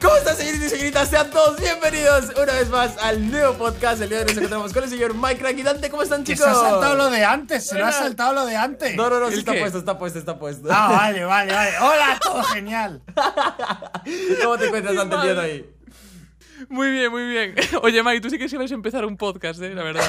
¿Cómo están, señoritas y señoritas? Sean todos bienvenidos una vez más al nuevo podcast. El día de hoy nos encontramos con el señor Mike Crack y Dante. ¿Cómo están, Que chicos? se ha saltado lo de antes, se lo ha Hola. saltado lo de antes. No, no, no, sí ¿El está qué? puesto, está puesto, está puesto. Ah, vale, vale, vale. Hola, todo genial. ¿Cómo te encuentras, Mi Dante, el día de madre. hoy? Muy bien, muy bien. Oye, Mike, tú sí que sabes empezar un podcast, ¿eh? La verdad.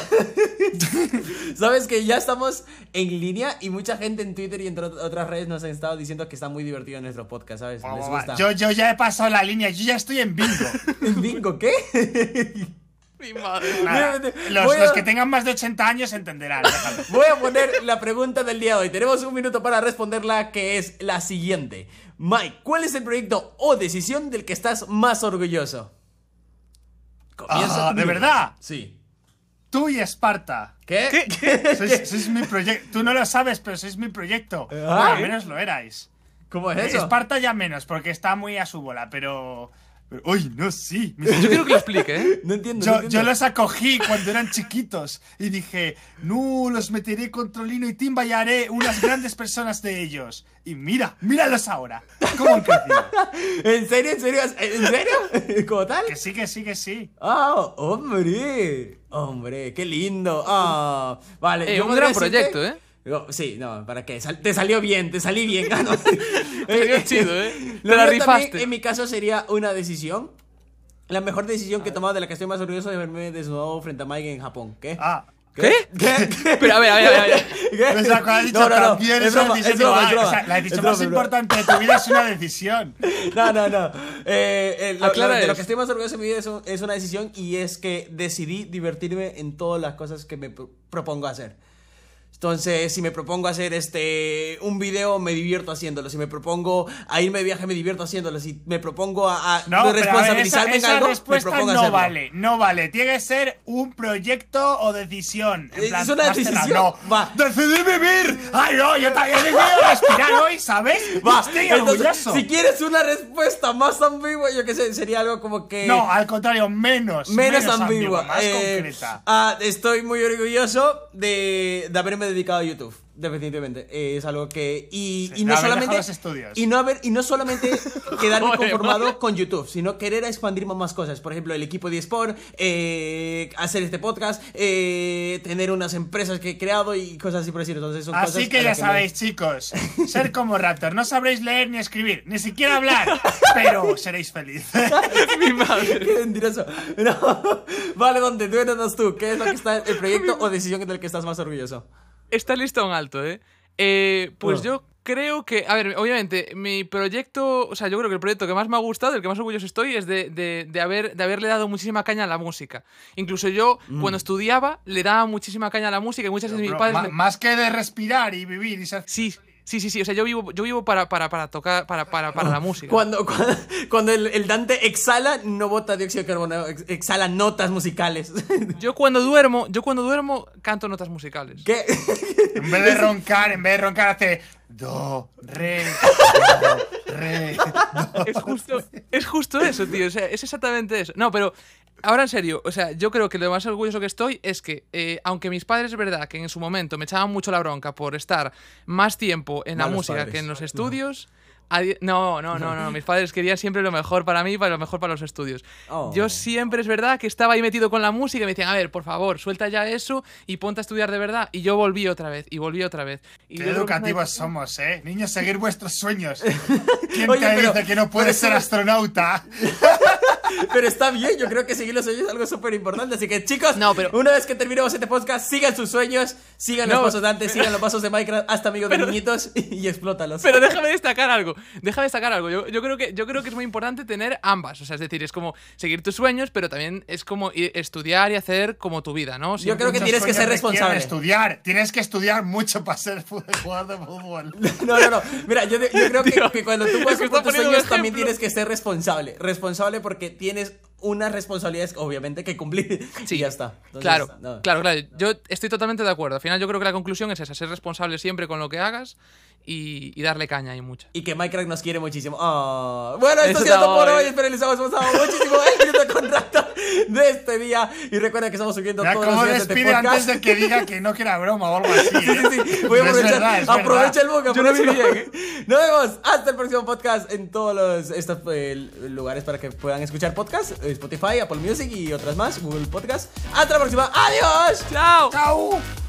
Sabes que ya estamos en línea y mucha gente en Twitter y en tro- otras redes nos han estado diciendo que está muy divertido nuestro podcast, ¿sabes? Les gusta. Yo, yo ya he pasado la línea, yo ya estoy en bingo. Bingo, ¿qué? Mi madre. Nada, Voy los, a- los que tengan más de 80 años entenderán. déjalo. Voy a poner la pregunta del día de hoy. Tenemos un minuto para responderla, que es la siguiente. Mike, ¿cuál es el proyecto o decisión del que estás más orgulloso? Ah, tú. ¿de verdad? Sí. Tú y Esparta. ¿Qué? Sois, sois mi proyecto. Tú no lo sabes, pero sois mi proyecto. Ah. Bueno, al menos lo erais. ¿Cómo es eso? Esparta ya menos, porque está muy a su bola, pero. pero- ¡Uy, no, sí! mis Yo quiero que lo explique, ¿eh? No entiendo. no Yo, entiendo. yo los acogí cuando eran chiquitos y dije, no, los meteré con Trolino y Timba y haré unas grandes personas de ellos. Y mira, míralos ahora. ¿Cómo han crecido? ¿En serio? ¿En serio? ¿En serio? ¿Como tal? Que sí, que sí, que sí. ¡Ah! ¡Hombre! ¡Hombre! ¡Qué lindo! ¡Ah! Vale. Eh, yo un podría gran proyecto, decirte- No, Sí, no, ¿para qué? Sal- te salió bien, te salí bien, gano. Salió chido, ¿eh? Lo Te la mío también, rifaste. en mi caso sería una decisión. La mejor decisión que he tomado de la que estoy más orgulloso de verme desnudo frente a Mike en Japón. ¿Qué? Ah, ¿Qué? ¿Qué? ¿Qué? Pero a ver, a ver, a ver, a ver. ¿Qué? o sea, cuando has dicho No, no, no, también es eso, broma, dices, es broma, "Ah, es broma. o sea, la Es decisión broma, más es broma. importante de tu vida es una decisión. No, no, no. Eh, eh, lo, Aclara lo- de lo eso. que estoy más orgulloso en mi vida es, un- es una decisión y es que decidí divertirme en todas las cosas que me pro- propongo hacer. Entonces, si me propongo hacer este un video, me divierto haciéndolo. Si me propongo a irme de viaje, me divierto haciéndolo. Si me propongo a, a No, pero a ver, esa, responsabilizarme en esa algo, me respuesta propongo no hacerlo. vale, no vale. Tiene que ser un proyecto o decisión. En Es plan, una más cerrado. decisión, No. va. Decidí vivir. Ay, no, yo también he decidido respirar hoy, ¿sabes? Va, Estoy entonces, orgulloso. si quieres una respuesta más ambigua, yo qué sé, sería algo como que... No, al contrario, menos. menos ambigua, más eh, concreta. ah, estoy muy orgulloso de, de haberme dedicado a YouTube, definitivamente. Eh, es algo que y, Sí, y no haber solamente dejado los estudios. y no haber y no solamente quedarme Joder, conformado con YouTube, sino querer expandirme a más cosas. Por ejemplo, el equipo de eSport, eh, hacer este podcast, eh, tener unas empresas que he creado y cosas así por decir. Entonces son cosas Así a que ya las me- sabéis, chicos, ser como Raptor, no sabréis leer ni escribir, ni siquiera hablar, pero seréis felices. Mi madre. Qué mentiroso. No. Vale, Dante, duéranos tú. ¿Qué es lo que está el proyecto o decisión del que estás más orgulloso? Está listón alto, ¿eh? Eh, pues Bueno. yo creo que. A ver, obviamente, mi proyecto. O sea, yo creo que el proyecto que más me ha gustado, el que más orgulloso estoy, es de, de- de haber, de haberle dado muchísima caña a la música. Incluso yo, cuando estudiaba, le daba muchísima caña a la música y muchas veces mis Pero padres. ma- me- Más que de respirar y vivir y ser Sí, sí, sí, sí. O sea, yo vivo, yo vivo para, para, para tocar, para, para, para la música. Cuando, cuando, cuando el, el Dante exhala, no bota dióxido de carbono, ex- exhala notas musicales. Yo cuando duermo, yo cuando duermo canto notas musicales. ¿Qué? En vez de roncar, en vez de roncar hace do, re, do, re. do. Es justo, es justo eso, tío. O sea, es exactamente eso. No, pero ahora en serio, o sea, yo creo que lo más orgulloso que estoy es que, eh, aunque mis padres es verdad que en su momento me echaban mucho la bronca por estar más tiempo en la Malos música padres. que en los estudios. a di- No, no, no, no. Mis padres querían siempre lo mejor para mí, para lo mejor para los estudios. Oh. Yo siempre es verdad que estaba ahí metido con la música y me decían, a ver, por favor, suelta ya eso y ponte a estudiar de verdad. Y yo volví otra vez, y volví otra vez. Y Qué yo creo que es una- educativos somos, ¿eh? Niños, seguir vuestros sueños. ¿Quién Oye, te pero- dice que no pero puedes ser sí- astronauta? Pero está bien, yo creo que seguir los sueños es algo súper importante. Así que, chicos, No, pero- una vez que terminemos este podcast, sigan sus sueños, sigan los No. pasos de Dante, sigan los pasos de Minecraft, hasta amigos de niñitos y, y explótalos. Pero déjame destacar algo. Déjame destacar algo. Yo, yo creo que, yo creo que es muy importante tener ambas. O sea, es decir, es como seguir tus sueños, pero también es como i- estudiar y hacer como tu vida, ¿no? Yo Siempre- creo que Muchos tienes que sueños ser requieren responsable. Estudiar. Tienes que estudiar mucho para ser fu- jugador de fútbol. No, no, no. Mira, yo, yo creo que, Tío, que cuando tú es vas que por está tus poniendo sueños un también ejemplo. tienes que ser responsable. Responsable porque tienes unas responsabilidades, obviamente, que cumplir. Sí. Y ya está. Entonces, claro, no. claro, claro. Yo estoy totalmente de acuerdo. Al final, yo creo que la conclusión es esa: ser responsable siempre con lo que hagas y, y darle caña y mucha. Y que Minecraft nos quiere muchísimo. Ah. Bueno, esto ha Eso sido está todo por hoy. hoy. Espero les haya gustado muchísimo el minuto de contrato. de este día. Y recuerda que estamos subiendo Ya todos los como días este despide antes podcast. de que diga que no que era broma o algo así. ¿eh? Voy a No es aprovechar, verdad, es verdad. aprovecha el bug, Yo lo vi aprovecha el bug. bien, Nos vemos hasta el próximo podcast en todos los, estos eh, lugares para que puedan escuchar podcast, eh, Spotify, Apple Music y otras más, Google Podcast. Hasta la próxima, adiós. ¡Chao! ¡Chao!